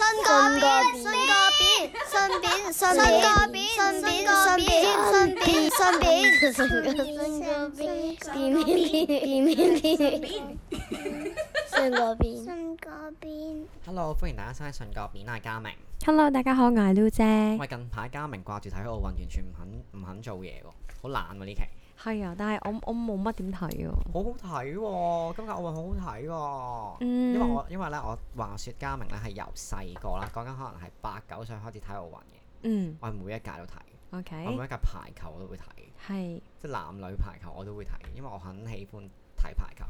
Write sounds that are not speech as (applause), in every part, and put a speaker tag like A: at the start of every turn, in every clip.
A: 信個便，信個便，信個便，信個便，信便，信便，信個便，信個便，便便便便便便便，信個便，信個便。
B: Hello，歡迎大家收睇信角面啊，嘉明。
C: Hello，大家好，我係 Lu 姐。
B: 喂，近排嘉明掛住睇奧運，完全唔肯唔肯做嘢喎，好懶喎呢期。
C: 係啊，但係我我冇乜點睇喎。
B: 好好睇喎，今屆奧運好好睇喎。
C: 嗯
B: 因為我因為咧，我話説嘉明咧係由細個啦，講緊可能係八九歲開始睇奧運嘅，
C: 嗯
B: 我係每一屆都睇，我每
C: ，OK，
B: 一屆排球我都會睇，
C: 係
B: 即係男女排球我都會睇，因為我很喜歡睇排球。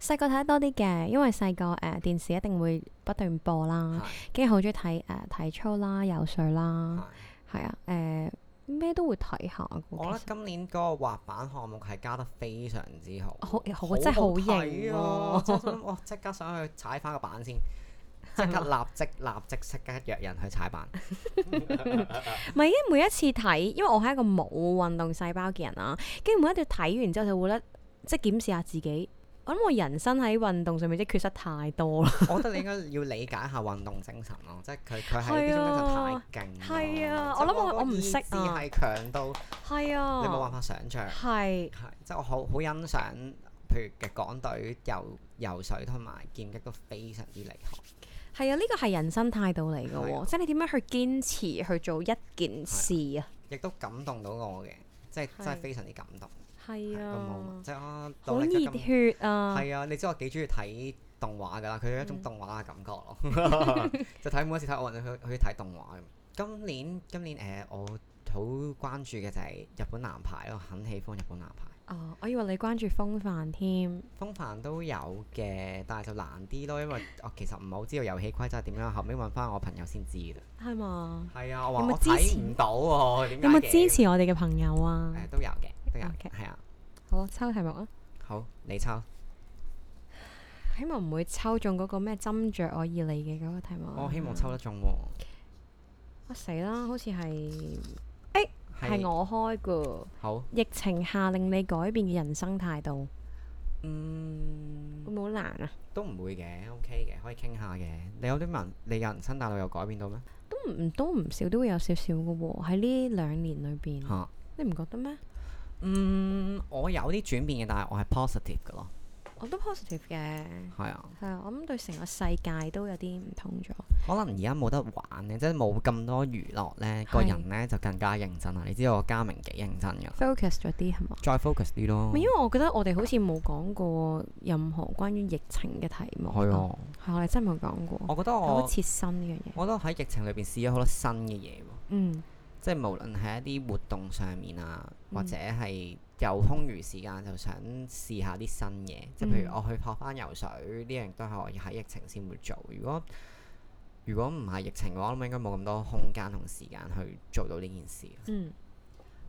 C: 細個睇得多啲嘅，因為細個誒電視一定會不斷播啦，
B: 係
C: 跟住好中意睇誒體操啦、游水啦，
B: 係
C: 係啊，誒咩都會睇下嘅。
B: 我覺
C: 其
B: 得今年嗰個滑板項目係加得非常之好，
C: 好好真係好型
B: 睇啊！真係想哇，即刻想去踩翻個板
C: (laughs)
B: 先，即刻立即立即即刻約人去踩
C: (laughs)
B: 板。
C: 實唔係，因為每一次睇，因為我係一個冇運動細胞嘅人啊，跟住每一次睇完之後就會咧，即係檢視下自己。我諗我人生喺運動上面即係缺失太多啦。
B: 我覺得你應該要理解下運動精神咯，即係佢佢係
C: 係
B: 呢
C: 啊
B: 種精神太勁咯。即係
C: 係啊我諗我
B: 個
C: 我唔識
B: 意
C: 啊
B: 志係強到你
C: 係啊，
B: 冇辦法想像。
C: 係。
B: 係，即係我好好欣賞，譬如嘅港隊游游水同埋劍擊都非常之厲害。
C: 係啊，呢個係人生態度嚟嘅
B: 係啊
C: 喎，即係你點樣去堅持去做一件事啊？
B: 亦都感動到我嘅，即係真係
C: 係
B: 非常之感動。係
C: 係
B: 個
C: 啊
B: moment，，即係我
C: 好
B: 努力咗
C: 熱
B: 咁。
C: 血啊！
B: 係啊，你知我幾中意睇動畫㗎啦，佢有一種動畫嘅感覺咯。
C: (laughs)
B: 就睇每一次睇奧運，去去睇動畫咁。今年今年誒、呃我好關注嘅就係日本男排咯，很喜歡日本男排。
C: 哦，我以為你關注風帆添。
B: 風帆都有嘅，但係就難啲咯，因為我其實唔係好知道遊戲規則係點樣，後尾問翻我朋友先知㗎。
C: 係嘛？
B: 係啊，我話
C: 有冇
B: 我
C: 支
B: 睇
C: 持
B: 唔到喎，點解
C: 有冇
B: 嘅
C: 支持我哋嘅朋友啊
B: 誒、？都有嘅，都有嘅，係
C: OK 哦
B: 啊。
C: 好，抽題目啊！
B: 好，你抽。
C: 希望唔會抽中嗰個咩斟酌我以你嘅嗰個題目啊。
B: 哦我希望抽得中喎。
C: 我死啦！好似係
B: 係
C: 係我開噶。
B: 好，
C: 疫情下令你改變嘅人生態度，
B: 嗯，
C: 會唔會好難啊？
B: 都唔會嘅，OK 嘅，可以傾下嘅。你有啲人，你人生大路有改變到咩？
C: 都唔嗯都唔少都會有少少嘅喎。喺呢兩年裏邊，
B: 嚇，
C: 你唔覺得咩？
B: 嗯，我有啲轉變嘅，但係我係 positive 嘅咯，
C: 我都 positive 嘅，
B: 係啊，
C: 係啊，我諗對成個世界都有啲唔同咗。
B: 可能而家冇得玩咧，即係冇咁多娛樂咧，個
C: 係
B: 人咧就更加認真啦。你知道我家明幾認真㗎，
C: focus 咗啲係嘛？
B: 再 focus 啲咯
C: 咪。因為我覺得我哋好似冇講過任何關於疫情嘅題目，
B: 係啊，哦
C: 係我哋真係冇講過，
B: 我覺得
C: 好
B: 我，
C: 切身呢樣嘢。
B: 我覺得喺疫情裏邊試咗好多新嘅嘢喎。
C: 嗯，
B: 即係無論係一啲活動上面啊，
C: 嗯
B: 或者係有空餘時間就想試下啲新嘢，即係譬如
C: 嗯
B: 我去學翻游水呢樣都係我喺疫情先會做。如果如果唔係疫情嘅話，我諗應該冇咁多空間同時間去做到呢件事。
C: 嗯，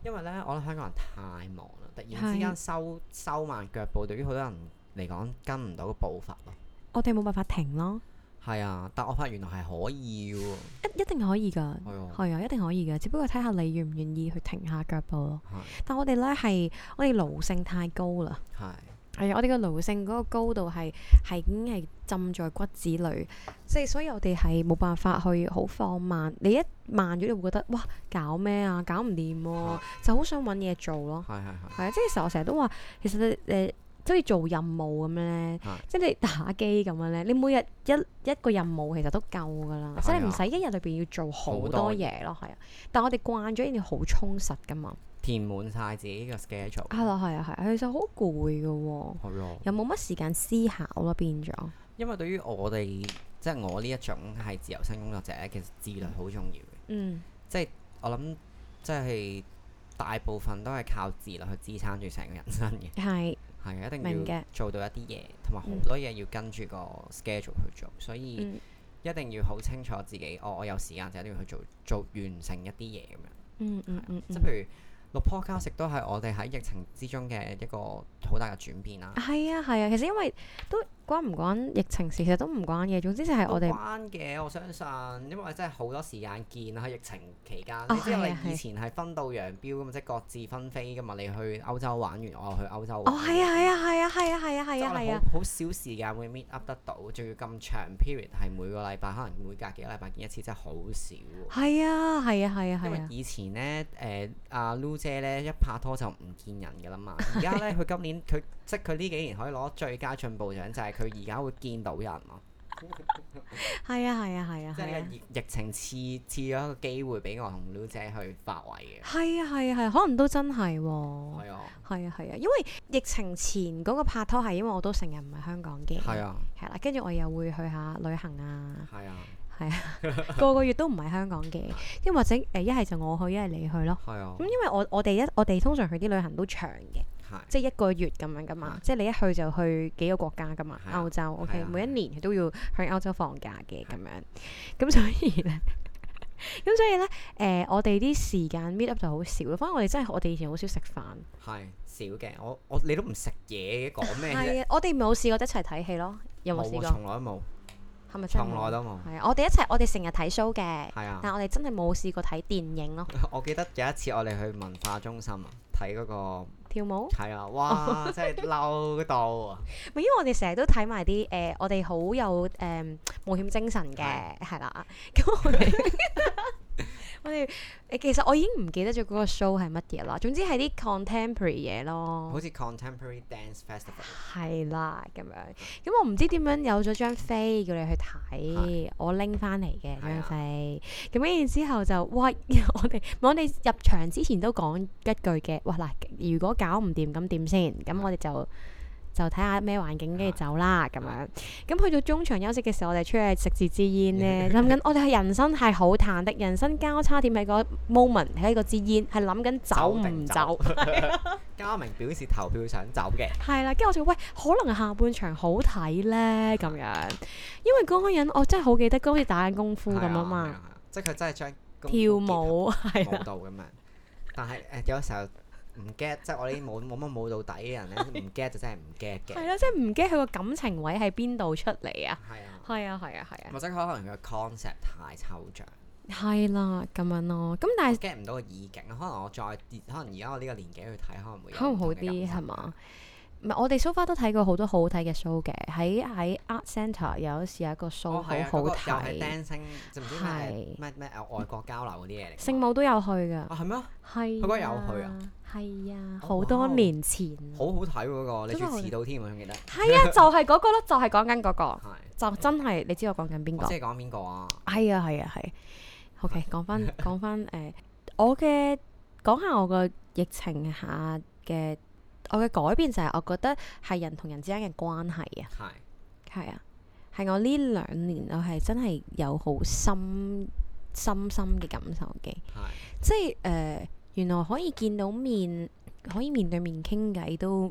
B: 因為呢，我覺得香港人太忙啦，突然之
C: 係
B: 間收收慢腳步，對於好多人嚟講跟唔到個步伐咯。
C: 我哋冇辦法停咯，
B: 係啊，但我發現原來係可以喎。
C: 一一定可以㗎，
B: 係啊，
C: 係啊，一定可以㗎，只不過睇下你願唔願意去停下腳步咯。
B: 係
C: 但我哋咧係我哋奴性太高啦。
B: 係
C: 係啊，我哋個奴性嗰個高度係係已經係浸在骨子裏，即係所以我哋係冇辦法去好放慢。你一慢咗，你會覺得哇，搞咩啊，搞唔掂喎
B: 啊，
C: 就好想揾嘢做咯。
B: 係係係
C: 係啊，即係其實我成日都話，其實你誒，即係做任務咁樣咧
B: 係，
C: 即係你打機咁樣咧，你每日一一個任務其實都夠㗎啦，即係你唔使一日裏邊要做好
B: 好多
C: 多嘢咯，係啊。但我哋慣咗一定要好充實㗎嘛，
B: 填滿晒自己嘅 schedule。
C: 係啦，係啊，係啊，其實好攰㗎喎。
B: 係啊
C: 又冇乜時間思考咯，變咗
B: 因為對於我哋即係我呢一種係自由身工作者，其實自律好重要嘅。
C: 嗯
B: 即係我諗，即係大部分都係靠自律去支撐住成個人生嘅。
C: 係
B: 係啊，一定
C: 明
B: 要
C: 嘅
B: 做到一啲嘢，同埋好多嘢要跟住個 schedule 去做，所以
C: 嗯
B: 一定要好清楚自己，哦，我有時間就一定要去做做完成一啲嘢咁樣。
C: 嗯嗯嗯
B: 即係
C: 嗯，
B: 譬如錄 podcast 亦都係我哋喺疫情之中嘅一個好大嘅轉變啦。
C: 係啊係啊，其實因為都關唔關疫情事？其實都唔關嘅。總之就係我哋
B: 都關嘅，我相信，因為真係好多時間見啊啦，喺疫情期間，
C: 哦
B: 你知道
C: 係啊
B: 你以前係分道揚镳噶嘛，即係各自分飛噶嘛，你去歐洲玩完，我又去歐洲
C: 哦
B: 玩。，
C: 係啊，係啊，係啊，係啊，係啊，
B: 即
C: 係
B: 係
C: 啊，
B: 我
C: 係
B: 哋
C: 啊
B: 好，好少時間會 meet up 得到，仲要咁長 period 係每個禮拜，可能每隔幾個禮拜見一次，真係好少喎。
C: 係啊，係啊，係啊，
B: 因
C: 係
B: 為
C: 啊，
B: 以前咧，誒阿 Lu 姐咧一拍拖就唔見人㗎啦
C: (laughs)
B: 嘛。而家咧，佢今年佢即係佢呢幾年可以攞最佳進步獎，就係佢而家會見到人咯。
C: 係啊，係啊，係啊，
B: 即係
C: 係
B: 呢
C: 啊
B: 個。疫疫情賜賜咗一個機會俾我同 Lu 姐去發圍嘅。
C: 係啊係啊係啊，可能都真係喎。
B: 係啊，
C: 係啊係啊，因為疫情前嗰個拍拖係因為我都成日唔係香港嘅，
B: 係啊，
C: 係啦，跟住我又會去下旅行啊，
B: 係啊，
C: 係啊，
B: (laughs)
C: 個個月都唔係香港嘅，因為或者誒一係就我去，一係你去咯。
B: 係啊
C: 咁，因為我我哋一我哋通常去啲旅行都長嘅，
B: 係
C: 即係一個月咁樣噶嘛，即係你一去就去幾個國家噶嘛，
B: 嗯係啊
C: 歐洲 OK，、
B: 係啊
C: 每一
B: 係啊
C: 年佢都要去歐洲放假嘅咁樣，咁所以咧， (laughs) 咁所以咧，誒、我哋啲時間 meet up 就好少咯，反正我哋真係我哋以前好少食飯，
B: 係少嘅。我我你都唔食嘢嘅，講咩啫？
C: 係啊，我哋冇試過一齊睇戲咯，有冇試
B: 冇啊
C: 過？
B: 從來都冇，
C: 係咪真係
B: 從
C: 冇
B: 來？都冇。
C: 係啊，我哋一齊，我哋成日睇 show 嘅，
B: 係啊。
C: 但我哋真係冇試過睇電影咯，
B: (laughs) 我記得有一次我哋去文化中心啊，睇嗰個
C: 跳舞。
B: 係啊，
C: 哦
B: 哇！真係嬲到啊！
C: (laughs) 咪因為我哋成日都睇埋啲誒，我哋好有誒、冒險精神嘅，
B: 係
C: 係啦。咁我哋我哋誒其實我已經唔記得咗嗰個 show 係乜嘢啦。總之係啲 contemporary 嘢咯
B: 好，似 Contemporary Dance Festival
C: 係啦咁樣。咁我唔知點樣有咗張飛叫你去睇
B: 係，
C: 我拎翻嚟嘅
B: 係
C: 張
B: 啊
C: 飛。咁跟住之後就哇， (laughs) 我哋我哋入場之前都講一句嘅，哇嗱，如果搞唔掂咁點先？咁我哋就。就睇下咩環境，跟住走啦咁樣。咁去到中場休息嘅時候，我哋出去食自支
B: (laughs)
C: 煙咧，諗緊我哋係人生係好淡的，人生交叉點喺個 moment 喺個支煙，係諗緊走唔走。？
B: 嘉明表示投票想走嘅，
C: 係啦，跟住我就喂，可能下半場好睇咧咁樣，因為嗰個人我真係好記得，佢好似打緊功夫咁
B: 係
C: 啊
B: 啊
C: 嘛，，
B: 係啊即係佢真係將功夫
C: 跳
B: 結
C: 舞啊係
B: 合舞
C: 啦，
B: 蹈咁樣。但係誒有時候唔 get，即係我啲冇冇乜舞蹈底嘅人咧，唔 get 就真係唔 get 嘅。
C: 係啦，即係唔記得佢個感情位喺邊度出嚟啊？
B: 係啊，
C: 係啊，係啊，係啊，
B: 或者佢可能佢嘅 concept 太抽象
C: 係啦，咁樣咯。咁但係
B: ，get 唔到個意境。可能我再可能而家我呢個年紀去睇，可能會有
C: 可能
B: 唔
C: 好
B: 同嘅
C: 啲
B: 感受哦
C: 係嘛？？唔係，我哋 so far 都睇過好多好睇嘅 show 嘅，喺喺 Art Centre 有時有一個 show 好
B: 哦係啊
C: 好
B: 嗰個又係
C: 睇，
B: dancing，就唔知咩
C: 係
B: 咩咩誒外國交流嗰啲嘢嚟㗎嘛。
C: 聖母都有去㗎，
B: 啊係咩？
C: 係
B: 佢嗰日有去啊，
C: 係啊，
B: 哦
C: 好多
B: 哇
C: 年前，啊
B: 好好睇喎嗰個，你
C: 真
B: 仲
C: 係好
B: 遲到添啊，仲記得？
C: 係
B: (laughs)
C: 啊，就係嗰個咯，就係講緊嗰個，
B: 係，
C: 就真係你知我講緊邊
B: 我
C: 個？
B: 知你講邊個啊？
C: 係啊，係啊，係。OK，
B: (laughs)
C: 講翻講翻誒，我嘅講下我個疫情下嘅我嘅改變就係我覺得係人同人之間嘅關係啊，
B: 係
C: 係啊，係我呢兩年我係真係有好深深深嘅感受嘅，
B: 係
C: 即係誒、呃原來可以見到面，可以面對面傾偈都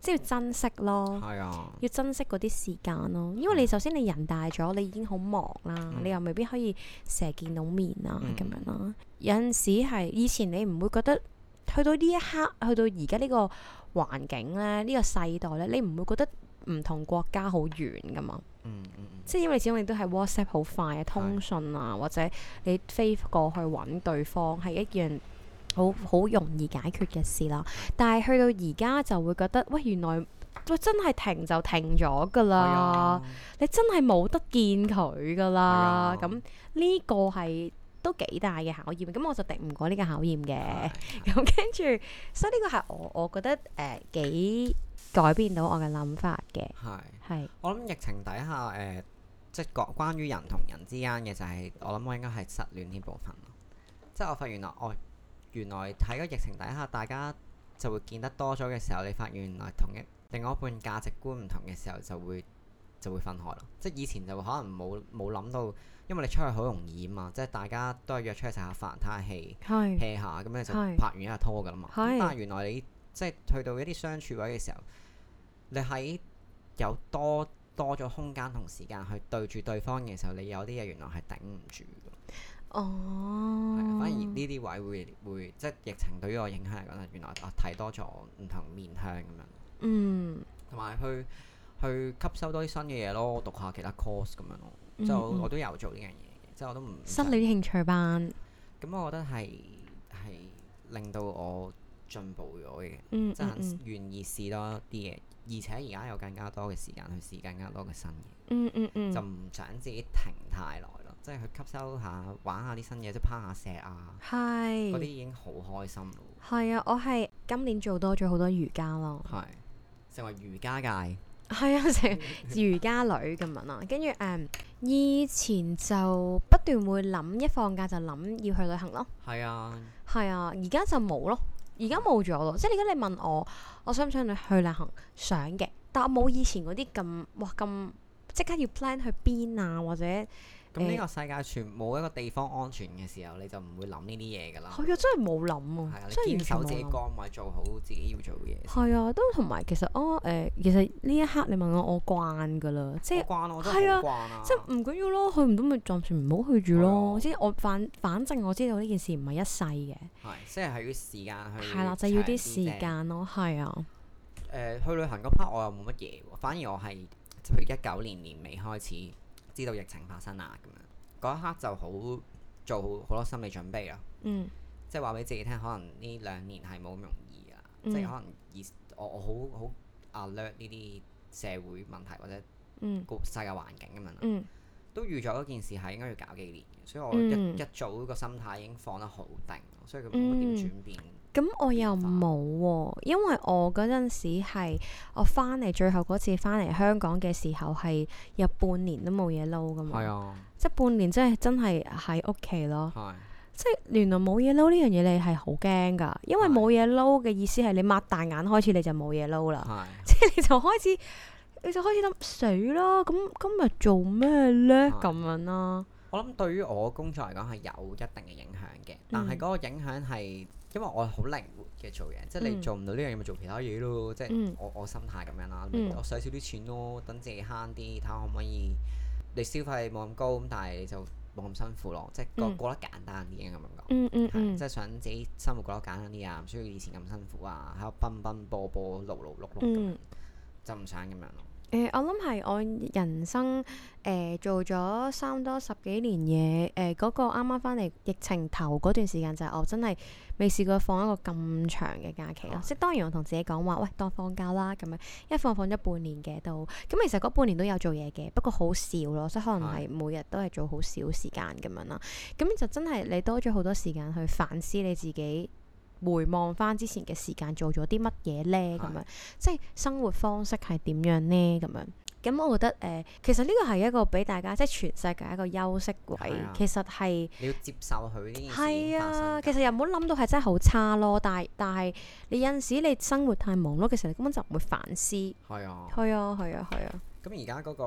C: 即係要珍惜咯。
B: 係啊，
C: 要珍惜嗰啲時間咯，因為你首先你人大咗，你已經好忙啦，
B: 嗯
C: 你又未必可以成日見到面啊
B: 嗯
C: 咁、樣啦。有陣時係以前你唔會覺得，去到呢一刻，去到而家呢個環境咧，呢、個世代咧，你唔會覺得唔同國家好遠噶嘛？
B: 嗯嗯嗯，
C: 即係因為始終你都係 WhatsApp 好快啊，通訊啊，或者你飛過去揾對方係一樣好好容易解決嘅事啦。但係去到而家就會覺得，喂，原來喂真係停就停咗㗎
B: 係
C: 啦
B: 啊，，
C: 你真係冇得見佢㗎啦。
B: 係
C: 咁
B: 啊
C: 呢個係都幾大嘅考驗，咁我就敵唔過呢個考驗嘅。
B: 係
C: 咁跟住，所以呢個係我我覺得誒、呃、幾改變到我嘅諗法嘅，
B: 係。
C: 係
B: 我諗疫情底下誒，即係講關於人同人之間嘅就係，我諗我應該係失戀呢部分咯。即係我發現原來哦，原來喺個疫情底下，大家就會見得多咗嘅時候，你發現原來同一另外一半價值觀唔同嘅時候，就會就會分開咯。即係以前就可能冇冇諗到，因為你出去好容易啊嘛，即係大家都係約出去食下飯、睇下戲。
C: 係
B: hea 下，咁你就
C: 係
B: 拍完一日拖噶啦嘛。
C: 係
B: 咁但係原來你即係去到一啲相處位嘅時候，你喺有多多咗空間同時間去對住對方嘅時候，你有啲嘢原來係頂唔住㗎。係
C: 哦
B: 啊，反而呢啲位會會即係疫情對於我影響嚟講，原來我睇多咗唔同面向咁樣，
C: 嗯
B: 同埋去去吸收多啲新嘅嘢咯，讀下其他 course 咁樣咯，
C: 嗯
B: 就
C: 嗯
B: 我都有做呢樣嘢嘅，即係我都唔
C: 失
B: 想
C: 戀興趣班，
B: 咁我覺得係係令到我進步咗嘅，
C: 嗯
B: 即
C: 嗯
B: 係
C: 嗯
B: 願意試多啲嘢，而且而家有更加多嘅時間去試更加多嘅新嘢，
C: 嗯嗯嗯
B: 就唔想自己停太耐咯，即係去吸收下、玩下啲新嘢，即係攀下石啊，嗰啲
C: 係
B: 已經好開心咯，
C: 係啊！我係今年做多咗好多瑜伽咯， (laughs)
B: 係成為瑜伽界
C: 係
B: 嗯
C: 啊，成瑜伽女咁樣啦。跟住誒，以前就不斷會諗，一放假就諗要去旅行咯。
B: 係啊，
C: 係啊，而家就冇咯，而家冇咗咯。即係而家你問我，我想唔想去旅行？想嘅，但我冇以前嗰啲咁哇咁即刻要 plan 去邊啊，或者係
B: 咁呢
C: 誒
B: 個世界全冇一個地方安全嘅時候，你就唔會諗呢啲嘢㗎啦，
C: 啊，真係冇諗
B: 係
C: 啊
B: 啊，，
C: 真係
B: 你堅
C: 完全
B: 守
C: 冇
B: 自己
C: 諗。
B: 崗位，做好自己要做嘅嘢。
C: 係啊，都同埋其實哦我誒、其實呢一刻你問我，我慣噶啦，即係
B: 我慣啊我真
C: 係
B: 係
C: 啊
B: 好慣啊！
C: 即係唔緊要咯，去唔到咪暫時唔好去住
B: 係
C: 咯。
B: 啊
C: 即係我反反正我知道呢件事唔係一世嘅，
B: 係，即係係要時間去。
C: 係啦，就要啲時
B: 時間。誒、
C: 間咯，係啊，
B: 去旅行嗰 part 我又冇乜嘢喎，反而我係即係譬如一九年年尾開始知道疫情發生啊啦咁樣，嗰一刻就好做好好多心理準備啦，
C: 嗯
B: 即係話俾自己聽，可能呢兩年係冇咁容易㗎啦，
C: 嗯
B: 即係可能而我我好好 alert 呢啲社會問題或者
C: 嗯
B: 個世界環境咁樣啦，
C: 嗯
B: 都預咗嗰件事係應該要搞幾年嘅，所以我一、
C: 嗯
B: 一早個心態已經放得好定，所以佢冇乜點
C: 嗯
B: 轉變。
C: 咁我又
B: 變化
C: 冇喎、因為我嗰陣時係我翻嚟最後嗰次翻嚟香港嘅時候係有半年都冇嘢撈噶嘛，
B: 啊，
C: 即係半年真係真係喺屋企咯，
B: 係。
C: 即係原來冇嘢撈呢樣嘢你係好驚㗎，因為
B: 係
C: 冇嘢撈嘅意思係你擘大眼開始你就冇嘢撈啦，
B: 係
C: 即係你就開始你就開始諗死啦，咁今日做咩咧
B: 係
C: 咁樣啦，
B: 我諗對於我工作嚟講係有一定嘅影響
C: 嗯
B: 嘅，但係嗰個影響係因為我好靈活嘅做嘢，即係
C: 嗯
B: 你做唔到呢樣嘢咪做其他嘢咯，即係
C: 嗯
B: 我我心態咁樣啦
C: 嗯，
B: 我使少啲錢咯，等自己慳啲，睇下可唔可以你消費冇咁高，咁但係你就冇咁辛苦咯，即係過
C: 嗯
B: 過得簡單啲應該咁講。
C: 嗯嗯
B: 係
C: 嗯
B: 即係想自己生活過得簡單啲啊，唔需要以前咁辛苦啊，喺度奔奔波波、勞勞碌碌咁樣
C: 嗯，
B: 就唔想咁樣咯。
C: 誒、呃我諗係我人生誒、呃做咗差唔多十幾年嘢，誒、呃嗰、個啱啱翻嚟疫情頭嗰段時間就係我真係未試過放一個咁長嘅假期咯。
B: 係
C: 即係當然我同自己講話，喂，當放假啦咁樣，一放放咗半年嘅都，咁其實嗰半年都有做嘢嘅，不過好少咯，即係可能係每日都係做好少時間咁樣啦。咁就真係你多咗好多時間去反思你自己。回望翻之前嘅時間做咗啲乜嘢呢？咁樣，即係生活方式係點樣呢？咁樣，咁我覺得誒、呃其實呢個係一個俾大家即係全世界一個休息位，
B: 係啊
C: 其實係
B: 你要接受佢呢件事
C: 係
B: 發生
C: 啊，
B: 緊
C: 其實又唔好諗到係真係好差咯，但係但係你有陣時你生活太忙碌嘅時候，你根本就唔會反思。
B: 係啊。
C: 係啊，係啊，係啊，
B: 咁而家嗰個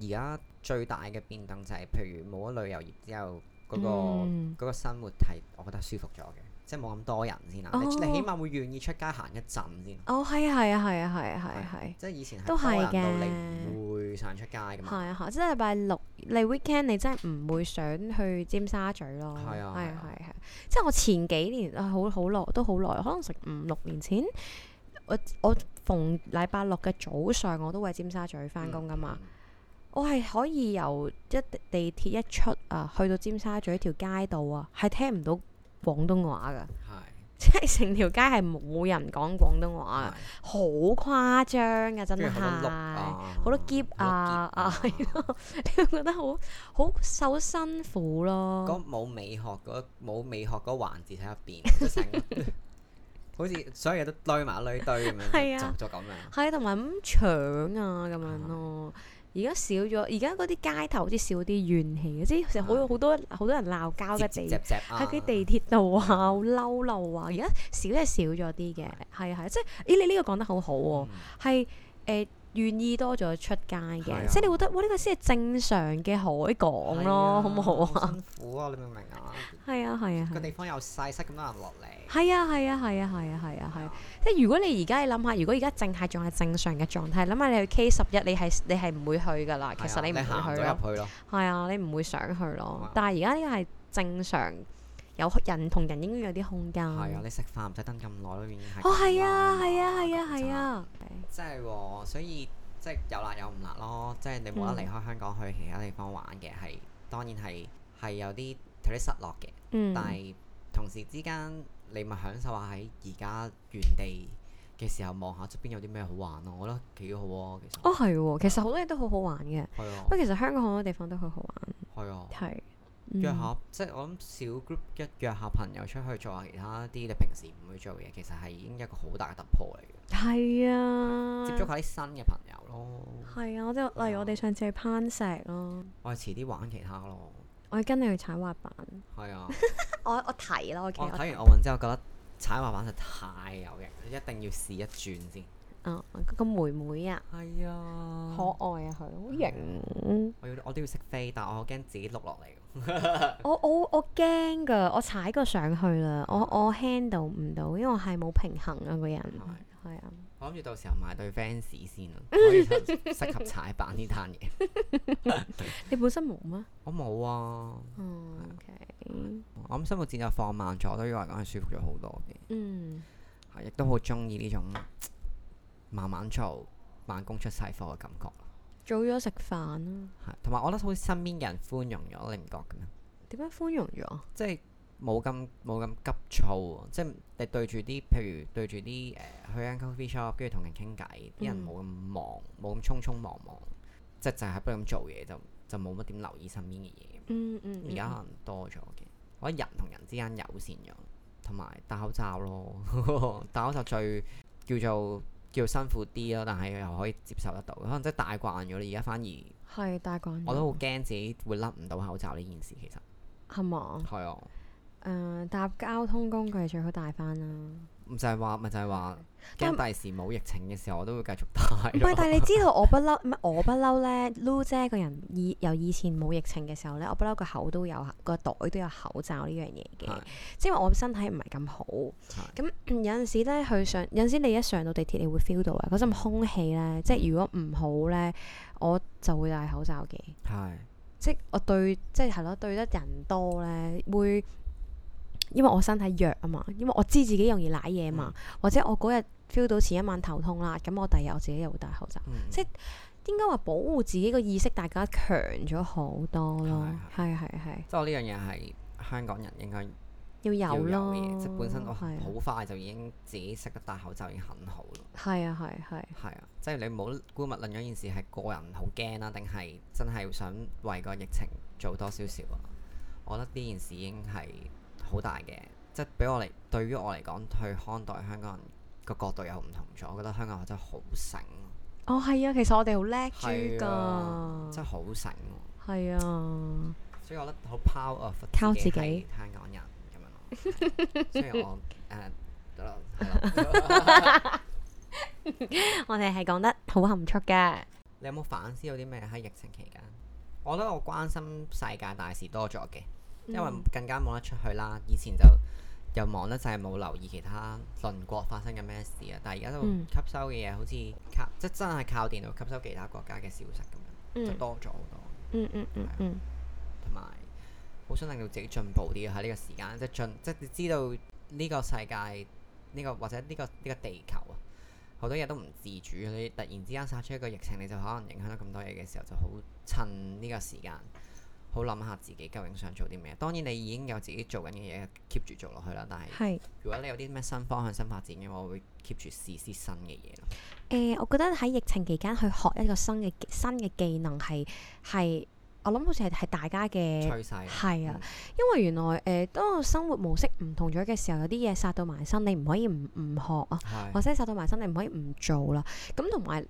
B: 而家最大嘅變動就係，譬如冇咗旅遊業之後，嗰、個嗰、
C: 嗯
B: 個生活係我覺得舒服咗嘅，即係冇咁多人先啦。你
C: 哦
B: 你起碼會願意出街行一陣先。
C: 哦，係啊，係啊，係啊，係啊，係啊，係啊。
B: 即係以前係
C: 都
B: 多人
C: 係
B: 到
C: 嘅
B: 你唔會想出街㗎
C: 係
B: 嘛。
C: 啊，係啊即係禮拜六你 weekend 你真係唔會想去尖沙咀咯。
B: 係啊係
C: 係啊
B: 啊，
C: 係啊，即係我前幾年啊，好好耐都好耐，可能成五六年前，我我逢禮拜六嘅早上我都會喺尖沙咀翻工噶嘛。
B: 嗯
C: 我係可以由一地鐵一出啊，去到尖沙咀條街度啊，係聽唔到廣東話噶，
B: 係、
C: (laughs) 即係成條街係冇人講廣東話
B: 嗯係
C: 噶，好誇張啊噶，真
B: 跟
C: 係
B: 住好多碌啊，
C: 好多喼
B: 好
C: 啊
B: 多喼啊
C: 你會覺得好好受辛苦咯。
B: 嗰冇美學嗰冇美學嗰環節喺入邊，即係
C: (laughs)
B: 成個 (laughs) 好似所有嘢都堆埋一堆堆咁
C: 係
B: 樣，
C: 啊
B: 就就咁樣。
C: 係同埋咁搶啊咁樣咯。而家少咗，而家嗰啲街頭好似少啲怨氣啊嘅，即係成日好好多好多人鬧交嘅地
B: 啊接接啊！
C: 喺啲地鐵度啊，好嬲路啊，而家少係少咗啲嘅，係啊係啊，即係咦你呢個講得好好喎，
B: 嗯
C: 係誒願意多咗出街
B: 係啊
C: 嘅，即係你會覺得哇呢個先係正常嘅海港咯，好唔好啊？
B: 啊？辛苦啊！你明唔明啊？
C: 係啊係啊
B: 個
C: 係啊。
B: 地方又細，塞咁多人落嚟，
C: 係啊係啊係啊係啊係啊係啊，即係如果你而家你諗下，如果而家淨係仲係正常嘅狀態，諗下你去 K 十一，你係你係唔會去噶啦，其實
B: 係啊
C: 你唔
B: 行
C: 會
B: 咗
C: 去咯，
B: 入去咯，
C: 係啊，你唔會想去
B: 係
C: 咯
B: 啊。
C: 但係而家呢個係正常，有人同人應該有啲空間。哦
B: 係啊！你食飯唔使等咁耐咯，已經係。啊
C: 啊哦係啊係啊係啊係！啊，
B: 即係喎，所以即係有辣有唔辣咯，即係你冇得離開香港去其他地方玩嘅，係當然係係有啲有啲失落嘅，
C: 嗯，
B: 但係同時之間你咪享受下喺而家原地嘅時候望下側邊有啲咩好玩咯，我覺得幾好喎，其實。
C: 哦係喎，其實好多嘢都好好玩嘅。
B: 係啊
C: 不，過其實香港好多地方都好好玩，
B: 係啊，
C: 係。嗯
B: 約下即係我諗小 group 一約下朋友出去做下其他啲你平時唔會做嘅嘢，其實係已經一個好大嘅突破嚟嘅，
C: 係啊，
B: 接觸下啲新嘅朋友咯，
C: 係啊，即係例如我哋上次去攀石咯，
B: 我哋遲啲玩其他咯，
C: 我係跟你去踩滑板，
B: 係
C: (laughs)
B: 啊。
C: 我我提啦，我記
B: 我睇
C: 得
B: 完奧運之後覺得踩滑板實太有型，一定要試一轉先。
C: 啊，嗰個妹妹啊，
B: 係啊，
C: 可愛啊佢，好型。
B: 我要我都要識飛，但我驚自己碌落嚟。
C: 我我我驚㗎，我踩過上去啦，我我 handle 唔到，因為我係冇平衡啊個人，係啊。
B: 我諗住到時候買對 fans 先啊，可
C: (laughs)
B: 以 (laughs) 適合踩板呢單嘢。
C: 你本身冇咩？
B: 我冇啊，
C: 哦，OK，
B: 我諗生活節奏放慢咗，對於我嚟講係舒服咗好多嘅。
C: 嗯，
B: 係亦都好中意呢種慢慢做、慢工出細貨嘅感覺。
C: 早咗食飯啊啦，
B: 係，同埋我覺得好似身邊嘅人寬容咗，你唔覺嘅咩？
C: 點樣寬容咗？啊
B: 即係冇咁冇咁急躁喎，即係你對住啲譬如對住啲誒去間 coffee shop，跟住同人傾偈，啲人
C: 嗯
B: 冇咁忙，冇咁匆匆忙忙，即係就係不斷咁做嘢，就就冇乜點留意身邊嘅嘢。
C: 嗯嗯，嗯
B: 而家可能多咗嘅，我覺得人同人之間友善咗，同埋戴口罩咯， (laughs) 戴口罩最叫做叫做辛苦啲咯，但係又可以接受得到，可能即係戴慣咗你而家反而
C: 係大慣咗，
B: 我都好驚自己會甩唔到口罩呢件事，其實
C: 係嘛？
B: 係啊。
C: 誒、搭交通工具最好帶翻啦。
B: 唔就係話，咪就係話
C: 但
B: 驚第時冇疫情嘅時候，我都會繼續戴
C: 唔
B: 咯。
C: 係，但係你知道我不嬲，唔係我不嬲咧。Lu 姐個人以由以前冇疫情嘅時候咧，我不嬲個口都有個袋都有口罩呢樣嘢嘅
B: 係，
C: 即係因為我身體唔係咁好。咁嗯有陣時咧，去上有陣時你一上到地鐵，你會 feel 到啊嗰陣空氣咧，即係如果唔好咧，我就會戴口罩嘅。
B: (laughs) 係
C: 即係我對，即係係咯，對得人多咧，會因為我身體弱啊嘛，因為我知自己容易舐嘢嘛，或者我嗰日 feel 到前一晚頭痛啦，咁我第二日我自己又會戴口罩，
B: 嗯
C: 即係應該話保護自己個意識，大家強咗好多咯，係係係，
B: 即係我呢啊樣嘢係香港人應該要
C: 要有
B: 有
C: 咯
B: 嘅，嘢，即係本身我
C: 係啊
B: 好快就已經自己識得戴口罩已經很好咯。
C: 係啊係係，
B: 係啊，即係你唔好估物論咗件事係個人好驚啦，定係真係想為個疫情做多少少啊？我覺得呢件事已經係好大嘅，即係俾我嚟對於我嚟講，去看待香港人個角度又唔同咗。我覺得香港人真係好醒咯。
C: 哦係啊，其實我哋好叻豬
B: 係啊，
C: 㗎
B: 真，係好醒喎！
C: 係啊，
B: 所以我覺得好 proud of
C: 靠自己
B: 係香港人咁樣咯。係雖然我誒係咯係咯，
C: 我哋係講得好含蓄嘅，
B: 你有冇反思到啲咩喺疫情期間？我覺得我關心世界大事多咗嘅，
C: 嗯
B: 因為更加冇得出去啦。以前就又忙得滯，冇留意其他鄰國發生緊咩事啊。但係而家都
C: 嗯
B: 吸收嘅嘢，好似靠即係真係靠電腦吸收其他國家嘅消息咁樣，就
C: 嗯
B: 多咗好多。
C: 嗯嗯
B: 啊
C: 嗯嗯，
B: 同埋好想令到自己進步啲啊喺呢個時間，即係進即係你知道呢個世界呢、個或者呢、個呢、個地球啊，好多嘢都唔自主，你突然之間殺出一個疫情，你就可能影響到咁多嘢嘅時候，就好趁呢個時間。好諗下自己究竟想做啲咩？當然你已經有自己做緊嘅嘢 keep 住做落去啦。但係
C: 係。
B: 如果你有啲咩新方向、新發展嘅話，我會 keep 住試啲新嘅嘢咯。
C: 誒、我覺得喺疫情期間去學一個新嘅技新嘅技能係係，我諗好似係係大家嘅
B: 趨勢
C: 係
B: 嗯，
C: 啊因為原來誒、當我生活模式唔同咗嘅時候，有啲嘢殺到埋身，你唔可以唔唔學啊，
B: 係
C: 或者殺到埋身，你唔可以唔做啦。咁同埋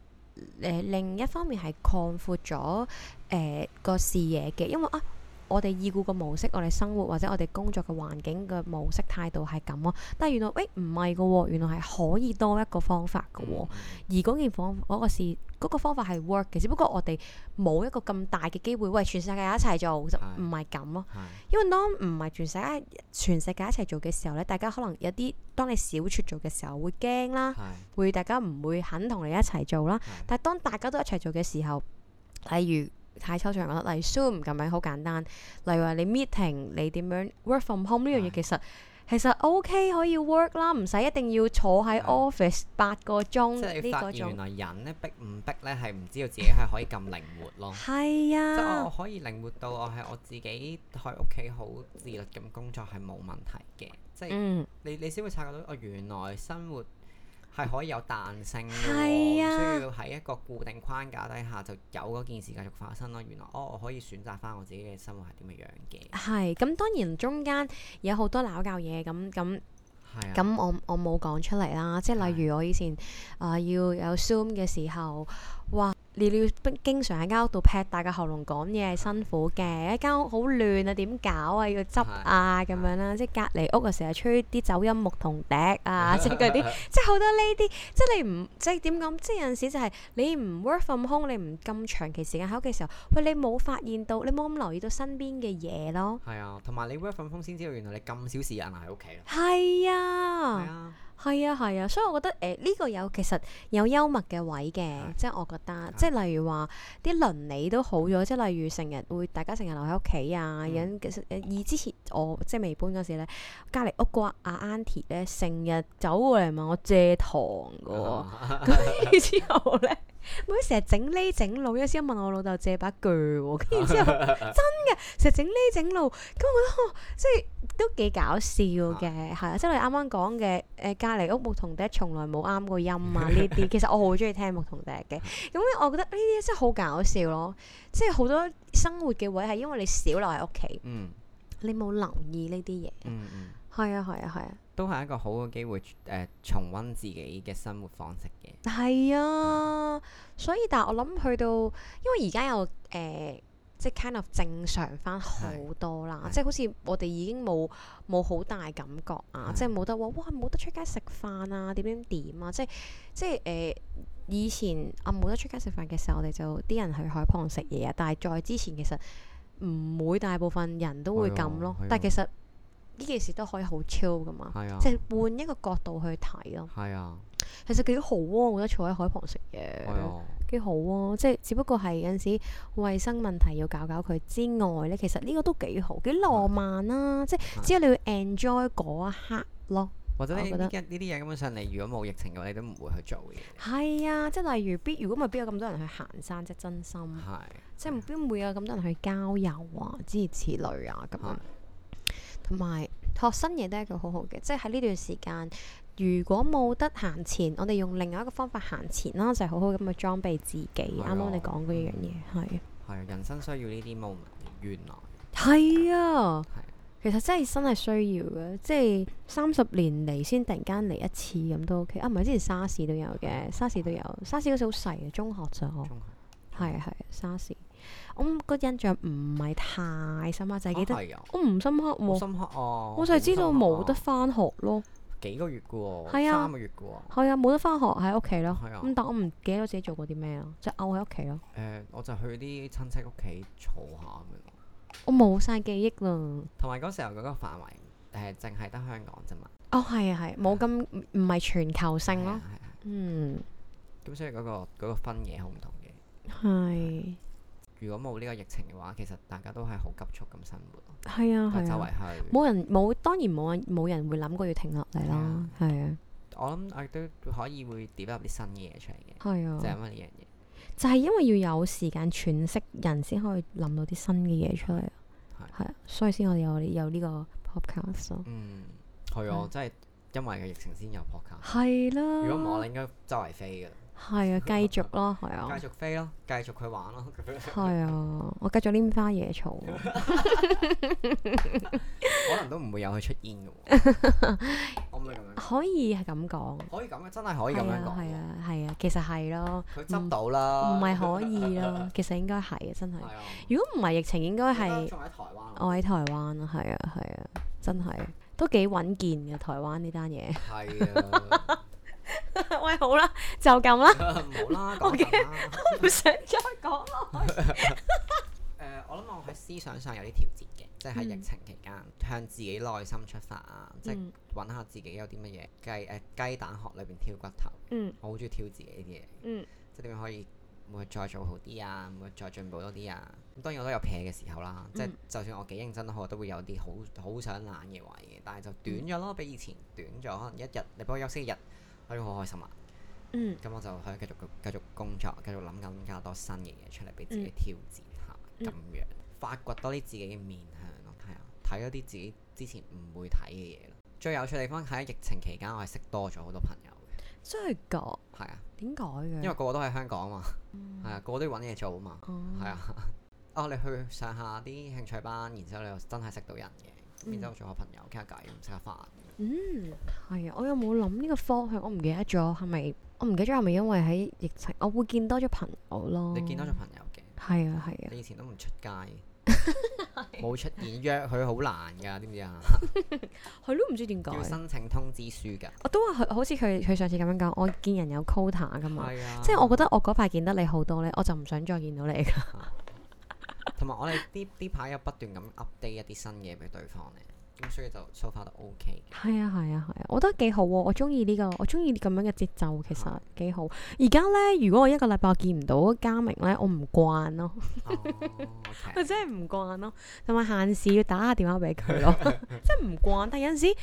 C: 誒另一方面係擴闊咗誒個視野嘅，因為啊。我哋已故個模式，我哋生活或者我哋工作嘅環境嘅模式態度係咁咯，但係原來誒唔係嘅喎，原來係可以多一個方法嘅喎、
B: 嗯
C: 而嗰件方嗰、個事嗰、個方法係 work 嘅，只不過我哋冇一個咁大嘅機會，喂，全世界一齊做就
B: 係
C: 唔係咁咯。
B: 係
C: 因為當唔係全世界全世界一齊做嘅時候咧，大家可能有啲當你少出做嘅時候會驚啦，
B: 係
C: 會大家唔會肯同你一齊做啦。
B: 係
C: 但係當大家都一齊做嘅時候，例如太抽象啦，例如 Zoom 咁樣好簡單，例如話你 meeting 你點樣 work from home 呢樣嘢，
B: 係
C: 其實其實 OK 可以 work 啦，唔使一定要坐喺
B: 係
C: office 八個鐘
B: 即係你
C: 嗯呢
B: 發
C: 嗰
B: 現原
C: 種。
B: 來人咧逼唔逼咧係唔知道自己係可以咁靈活咯。
C: 係
B: 即係
C: 啊
B: 我，可以靈活到我係我自己喺屋企好自律咁工作係冇問題嘅，即係
C: 嗯，
B: 你你先會察覺到哦，原來生活係可以有彈性嘅
C: 係
B: 喎，唔
C: 啊
B: 需要喺一個固定框架底下就有嗰件事繼續發生咯。原來哦，我可以選擇翻我自己嘅生活係點樣嘅，
C: 係。咁當然中間有好多鬧交嘢，咁咁
B: 係啊，
C: 咁我我冇講出嚟啦。即係例如我以前啊、要有 Zoom 嘅時候，哇！你要經常喺間屋度劈大個喉嚨講嘢係辛苦嘅，一間屋好亂啊，點搞啊？要執啊咁樣啦，即係隔離屋啊，成日吹啲走音牧童笛
B: (laughs)
C: 啊，即係嗰啲。即係好多呢啲，即係你唔即係點講？即係有陣時就係你唔 work from home，你唔咁長期時間喺屋嘅時候，喂，你冇發現到，你冇咁留意到身邊嘅嘢咯。
B: 係啊，同埋你 work from home 先知道原來你咁少時間喺屋企咯，
C: 係
B: 係
C: 啊，
B: 啊，
C: 係啊，係啊，所以我覺得誒呢、個有其實有幽默嘅位嘅，即係我覺得，即係例如話啲倫理都好咗，即係例如成日會大家成日留喺屋企啊，有人其實誒以之前我即係未搬嗰時咧，隔離屋個阿 Auntie 咧成日走過嚟問我借糖嘅喎。 (laughs) 跟住之後咧，每成日整呢整路，有時問我老豆借把鋸喎， (laughs) 跟住之後真嘅，成日整呢整路，咁我覺得、哦、即係都幾搞笑嘅，係啊，即係你啱啱講嘅誒隔離屋牧童笛從來冇啱過音啊呢 (laughs) 啲，其實我好中意聽牧童笛嘅，咁我覺得呢啲真係好搞笑咯，即係好多生活嘅位係因為你少留喺屋企，
B: 嗯
C: 你冇留意呢啲嘢，
B: 嗯嗯。
C: 係啊係啊係啊。
B: 都係一個好嘅機會，誒、重温自己嘅生活方式嘅。
C: 係啊，所以但係我諗去到，因為而家又誒、呃即係 kind of 正常翻好多啦，
B: 係
C: 即係好似我哋已經冇冇好大感覺啊，
B: 係
C: 即係冇得話哇冇得出街食飯啊點點點啊，即係即係誒、呃以前啊冇得出街食飯嘅時候，我哋就啲人去海旁食嘢啊，但係再之前其實唔會大部分人都會
B: 係
C: 咁
B: 喎
C: 咯
B: 係，
C: 但係
B: 喎
C: 其實呢件事都可以好超噶嘛，
B: 係啊，
C: 哦即係換一個角度去睇咯。
B: 係啊，
C: 其實幾好喎，我覺得坐喺海旁食
B: 係
C: 嘢
B: 啊，
C: 幾好喎，即係只不過係有陣時衞生問題要搞搞佢之外咧，其實呢個都幾好，幾浪漫啦、即係只要你要 enjoy 嗰一刻咯。
B: 或者呢
C: 我覺得
B: 呢啲呢啲嘢根本上，你如果冇疫情嘅話，你都唔會去做嘅。
C: 係啊，即係例如必如果咪邊有咁多人去行山啫，真心
B: 係
C: 即係邊會有咁多人去郊遊啊，諸如此類啊咁樣
B: 係。
C: 同埋學新嘢都係一個好好嘅，即係喺呢段時間，如果冇得行前，我哋用另外一個方法行前啦，就係好好咁去裝備自己。啱
B: 啊
C: 啱你講嗰一樣嘢係
B: 係，啊人生需要呢啲 moment。原啊來
C: 係啊，
B: 係
C: 其實真係真係需要嘅，即係三十年嚟先突然間嚟一次咁都 OK 啊，唔係之前沙士都有嘅，沙士都有，沙士嗰時好細嘅，中學咋我
B: 中學
C: 係係沙士，我個印象唔係太深刻，就係記得
B: 啊係啊，
C: 我唔深刻
B: 好
C: 喎，
B: 深刻哦。
C: 我就係知道
B: 好深刻哦
C: 冇得翻學咯。
B: 幾個月嘅喎，
C: 係啊哦嗯
B: 三個月嘅喎。
C: 係啊，冇得翻學喺屋企咯。
B: 係啊
C: 咁但我唔記得咗自己做過啲咩咯，即係漚喺屋企咯。
B: 誒、我就去啲親戚屋企坐下咁樣咯。
C: 我冇晒記憶啦。
B: 同埋嗰時候嗰個範圍誒，淨係得香港啫嘛。
C: 哦，係啊，係冇咁唔唔係全球性
B: 係
C: 咯
B: 啊。係啊
C: 嗯，
B: 咁所以嗰、個嗰、個分野好唔同嘅。
C: 係
B: 如果冇呢個疫情嘅話，其實大家都係好急速咁生活咯，
C: 係啊，
B: 都係周
C: 係
B: 圍
C: 啊。
B: 去。
C: 冇人冇，當然冇人冇人會諗過要停落嚟啦。係啊，
B: 我諗我亦都可以會 develop 啲新嘅嘢出嚟嘅，
C: 係
B: 就係
C: 啊，
B: 因為呢樣嘢。
C: 就係因為要有時間喘息，人先可以諗到啲新嘅嘢出嚟。
B: 係
C: 係啊，所以先我哋有有呢個 podcast 咯。
B: 嗯，係啊，真係因為個疫情先有
C: 啊
B: podcast。
C: 係啦。
B: 如果唔係，我哋應該周圍飛㗎啦， (laughs)
C: 係啊，繼續咯，係啊。
B: 繼續飛咯，繼續去玩
C: (laughs)
B: 咯。
C: 係啊，我繼續拈花
B: (laughs)
C: 惹草啊。
B: 可能都唔會有佢出現嘅喎。
C: (laughs)
B: 可唔可以咁樣？
C: 可以係咁講，
B: 可以咁嘅，真係可以咁
C: 係
B: 樣
C: 啊
B: 講
C: 係
B: 喎。
C: 啊係啊，其實係咯，
B: 佢執到啦。
C: 唔係可以咯，其實應該係啊，真係。
B: 啊係啊。
C: 如果唔係疫情，應該
B: 而家
C: 係
B: 仲喺台灣啊。
C: 我喺台灣啊，係啊係啊，真係都幾穩健嘅台灣呢單嘢。
B: 係啊。
C: (laughs)
B: (laughs)
C: 喂，好啦，就咁 (laughs) 啦，
B: 冇啦，講緊啦。
C: 唔想再講啦。
B: 誒、我諗我喺思想上有啲調節嘅，即係喺疫情期間、向自己內心出發啊，即係
C: 嗯
B: 揾下自己有啲乜嘢雞誒雞蛋殼裏邊挑骨頭，
C: 嗯
B: 我好中意挑自己呢啲嘢，
C: 嗯
B: 即係點樣可以每日再做好啲啊，每日再進步多啲啊。咁當然我都有撇嘅時候啦，即係就算我幾認真都好，我都會有啲好好想懶嘅位嘅，但係就短咗咯，比以前短咗，可能一日你幫我休息一日，我已經好開心啊啦。
C: 嗯
B: 咁我就可以繼續繼續工作，繼續諗緊更加多新嘅嘢出嚟俾自己
C: 嗯
B: 挑戰下，咁、樣發掘多啲自己嘅面向咯，係啊，睇多啲自己之前唔會睇嘅嘢咯。最有趣嘅地方係喺疫情期間，我係識多咗好多朋友嘅，
C: 真係㗎？
B: 係啊，
C: 點解嘅？
B: 因為個個都喺香港啊嘛，係啊，個個都要揾嘢做啊嘛，
C: 嗯
B: 係啊。 (laughs) 哦，你去上下啲興趣班，然之後你又真係識到人嘅，然之後做下朋友傾下偈，唔食下飯。
C: 嗯，係啊，我有冇諗呢個方向？我唔記得咗，係咪？我唔記得咗係咪因為喺疫情，我會見多咗朋友咯。
B: 你見多咗朋友嘅，
C: 係啊，係啊，
B: 你以前都唔出街，冇出現約佢好難㗎，知唔知啊？
C: 係咯，唔知點解
B: 要。申請通知書㗎。
C: 我都話佢好似佢佢上次咁樣講，我見人有 quota 噶嘛，
B: 係啊，
C: 即係我覺得我嗰排見得你好多咧，我就唔想再見到你㗎。
B: 同埋我哋呢呢排有不斷咁 update 一啲新嘢俾對方咧，咁所以就 so far 都 OK
C: (laughs)
B: 嘅。
C: 係啊係啊係啊，我覺得幾好喎，我中意呢個，我中意咁樣嘅節奏，其實幾好。而家咧，如果我一個禮拜我見唔到嘉明咧，我唔慣 (laughs) 咯，
B: 哦
C: 我
B: OK，
C: 真係唔慣咯，同埋閒時要打下電話俾佢 (laughs) 咯，真係唔慣。但有陣時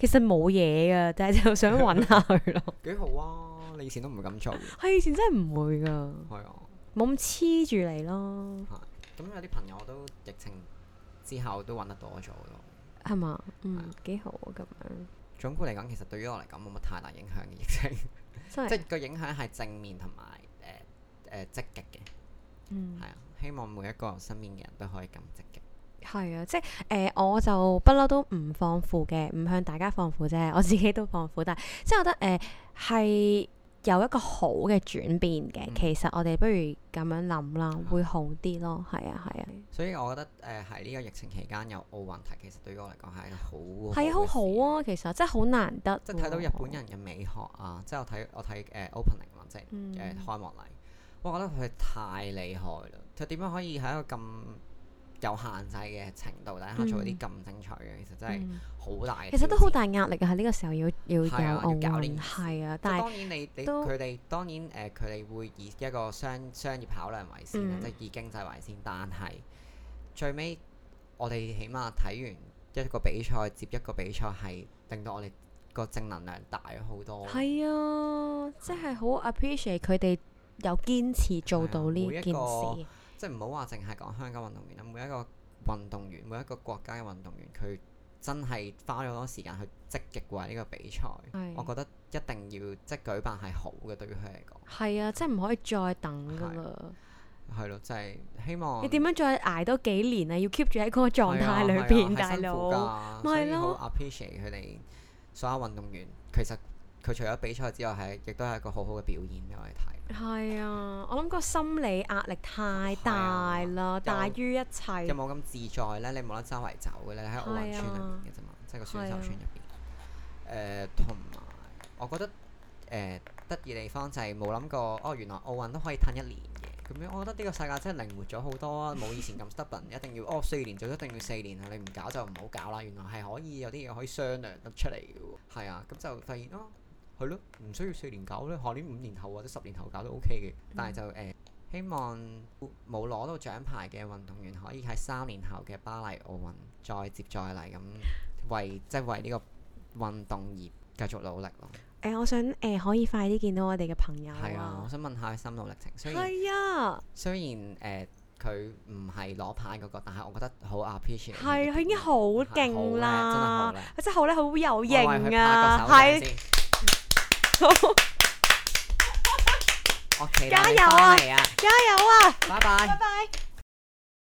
C: 其實冇嘢㗎，但係就想揾下佢咯。
B: 幾好啊！你以前都唔會咁做嘅，
C: (laughs) 係以前真係唔會㗎，
B: 係啊，
C: 冇咁黐住你咯，
B: 係。咁有啲朋友都疫情之後都揾得多咗咯。
C: 係嘛？
B: 係
C: 嗯
B: 啊，
C: 幾好啊咁樣，
B: 總括嚟講，其實對於我嚟講冇乜太大影響嘅疫情，
C: 真係
B: 即係個影響係正面同埋誒誒積極嘅，
C: 嗯
B: 係啊。希望每一個身邊嘅人都可以咁積極。
C: 係啊，即係誒、呃我就不嬲都唔放負嘅，唔向大家放負啫， (laughs) 我自己都放負，但係即係我覺得誒呃係、有一個好嘅轉變嘅。
B: 嗯
C: 其實我哋不如咁樣諗啦，
B: 啊
C: 會好啲咯。係啊，係啊，
B: 所以我覺得誒喺呢個疫情期間有奧運睇，其實對於我嚟講係一個好
C: 係啊，好
B: 嘅事
C: 好啊，其實真係好難得喎。
B: 即係睇到日本人嘅美學啊！即係我睇我睇誒、opening 啦，即係誒、呃
C: 嗯
B: 開幕禮，哇我覺得佢太厲害啦！佢點樣可以喺一個咁有限制嘅程度底下做一啲咁精彩嘅？其實真係
C: 嗯
B: 好大嘅挑戰。
C: 其實都好大壓力啊！喺呢個時候要要有
B: 係啊要
C: 奧
B: 搞呢件
C: 運，
B: 事
C: 係啊，
B: 即係
C: 但係
B: 當然你你
C: 都
B: 佢哋當然誒佢哋會以一個商商業考量為先啦，
C: 嗯
B: 即係以經濟為先。但係最尾我哋起碼睇完一個比賽接一個比賽，係令到我哋個正能量大咗好多。
C: 係啊，即係好 appreciate 佢哋有堅持
B: 係
C: 做
B: 啊
C: 到呢
B: 每一
C: 件事，
B: 個即係唔好話淨係講香港運動員啦，每一個運動員，每一個國家嘅運動員，佢真係花咗好多時間去積極為呢個比賽
C: 係。
B: 我覺得一定要即係舉辦係好嘅，對於佢嚟講
C: 係啊，即係唔可以再等噶
B: 係哦
C: 啦。
B: 係咯，就係、希望
C: 你點樣再捱多幾年啊？要 keep 住喺嗰個狀
B: 啊
C: 態裏邊，大
B: 咪
C: 佬。咪
B: 所
C: 係
B: 以
C: 咯
B: 好 appreciate 佢哋所有運動員。其實佢除咗比賽之外，係亦都係一個好好嘅表演俾我哋睇。
C: 係啊，我諗個心理壓力太大啦，
B: 啊有
C: 大於一
B: 有
C: 切。
B: 冇咁自在咧？你冇得周圍走嘅咧，你喺奧運村
C: 啊
B: 入邊嘅啫嘛，即係個選手村入邊。誒、同埋我覺得誒、得意地方就係冇諗過，哦，原來奧運都可以褪一年嘅。咁樣，我覺得呢個世界真係靈活咗好多啊！冇以前咁 stubborn，一定要哦四年就一定要四年啊！你唔搞就唔好搞啦。原來係可以有啲嘢可以商量得出嚟嘅喎。係啊，咁就發現咯，係咯，唔需要四年搞咧，下年五年後或者十年後搞都 OK 嘅。但係就誒、希望冇攞到獎牌嘅運動員可以喺三年後嘅巴黎奧運再接再厲咁為即係為呢個運動而繼續努力咯。
C: 誒，我想誒可以快啲見到我哋嘅朋友
B: 係啊，我
C: 啊。
B: 想問下佢心路歷程。雖然
C: 係啊，
B: 雖然誒佢唔係攞牌嗰個，但係我覺得好 appreciate 呢一
C: 係
B: 點。
C: 佢已經好勁啦
B: 係好叻真係好叻，
C: 佢真係好咧，好有
B: 我為佢
C: 型
B: 拍個
C: 啊，
B: 手掌
C: 係
B: 先。
C: 好
B: 我期待
C: 加
B: 你
C: 油啊
B: 返嚟啊！
C: 加油啊！
B: 拜拜
C: 拜。拜。